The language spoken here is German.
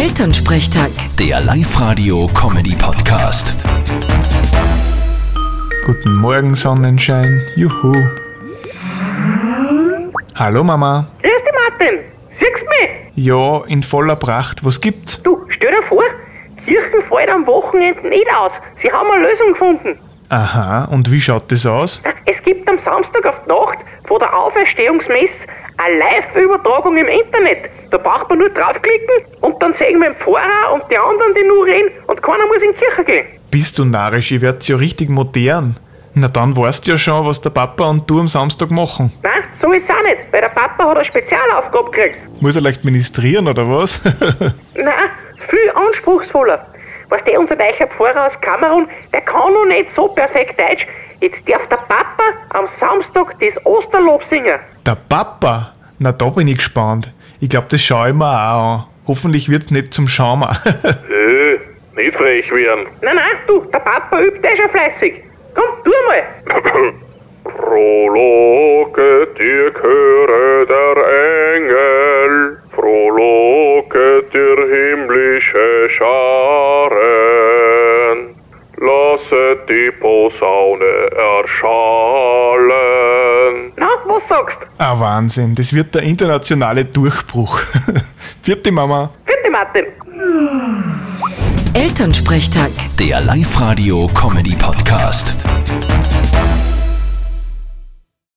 Elternsprechtag. Der Live-Radio-Comedy-Podcast. Guten Morgen, Sonnenschein. Juhu. Hallo Mama. Grüß dich, Martin. Siehst du mich? Ja, in voller Pracht. Was gibt's? Du, stell dir vor, Kirchen fällt am Wochenende nicht aus. Sie haben eine Lösung gefunden. Aha, und wie schaut das aus? Es gibt am Samstag auf die Nacht vor der Auferstehungsmesse eine Live-Übertragung im Internet. Da braucht man nur draufklicken und dann sehen wir den Pfarrer und die anderen, die nur reden und keiner muss in die Kirche gehen. Bist du narrisch, ich werd's ja richtig modern. Na dann weißt du ja schon, was der Papa und du am Samstag machen. Nein, so ist es auch nicht, weil der Papa hat eine Spezialaufgabe gekriegt. Muss er leicht ministrieren, oder was? Nein, viel anspruchsvoller. Weißt du, unser weicher Pfarrer aus Kamerun, der kann noch nicht so perfekt Deutsch. Jetzt darf der Papa am Samstag das Osterlob singen. der Papa? Na, da bin ich gespannt. Ich glaube, das schau ich mir auch an. Hoffentlich wird's nicht zum Schaumer. Äh, nicht frech werden. Nein, nein, du, der Papa übt eh schon fleißig. Komm, tu mal. Frohlocket, ihr Chöre der Engel, frohlocket, ihr himmlische Scharen, lasset die Posaune erschallen. Na, was sagst du? ah, Wahnsinn. Das wird der internationale Durchbruch. Vierte Mama. Bitte, Martin. Elternsprechtag. Der Live-Radio-Comedy-Podcast.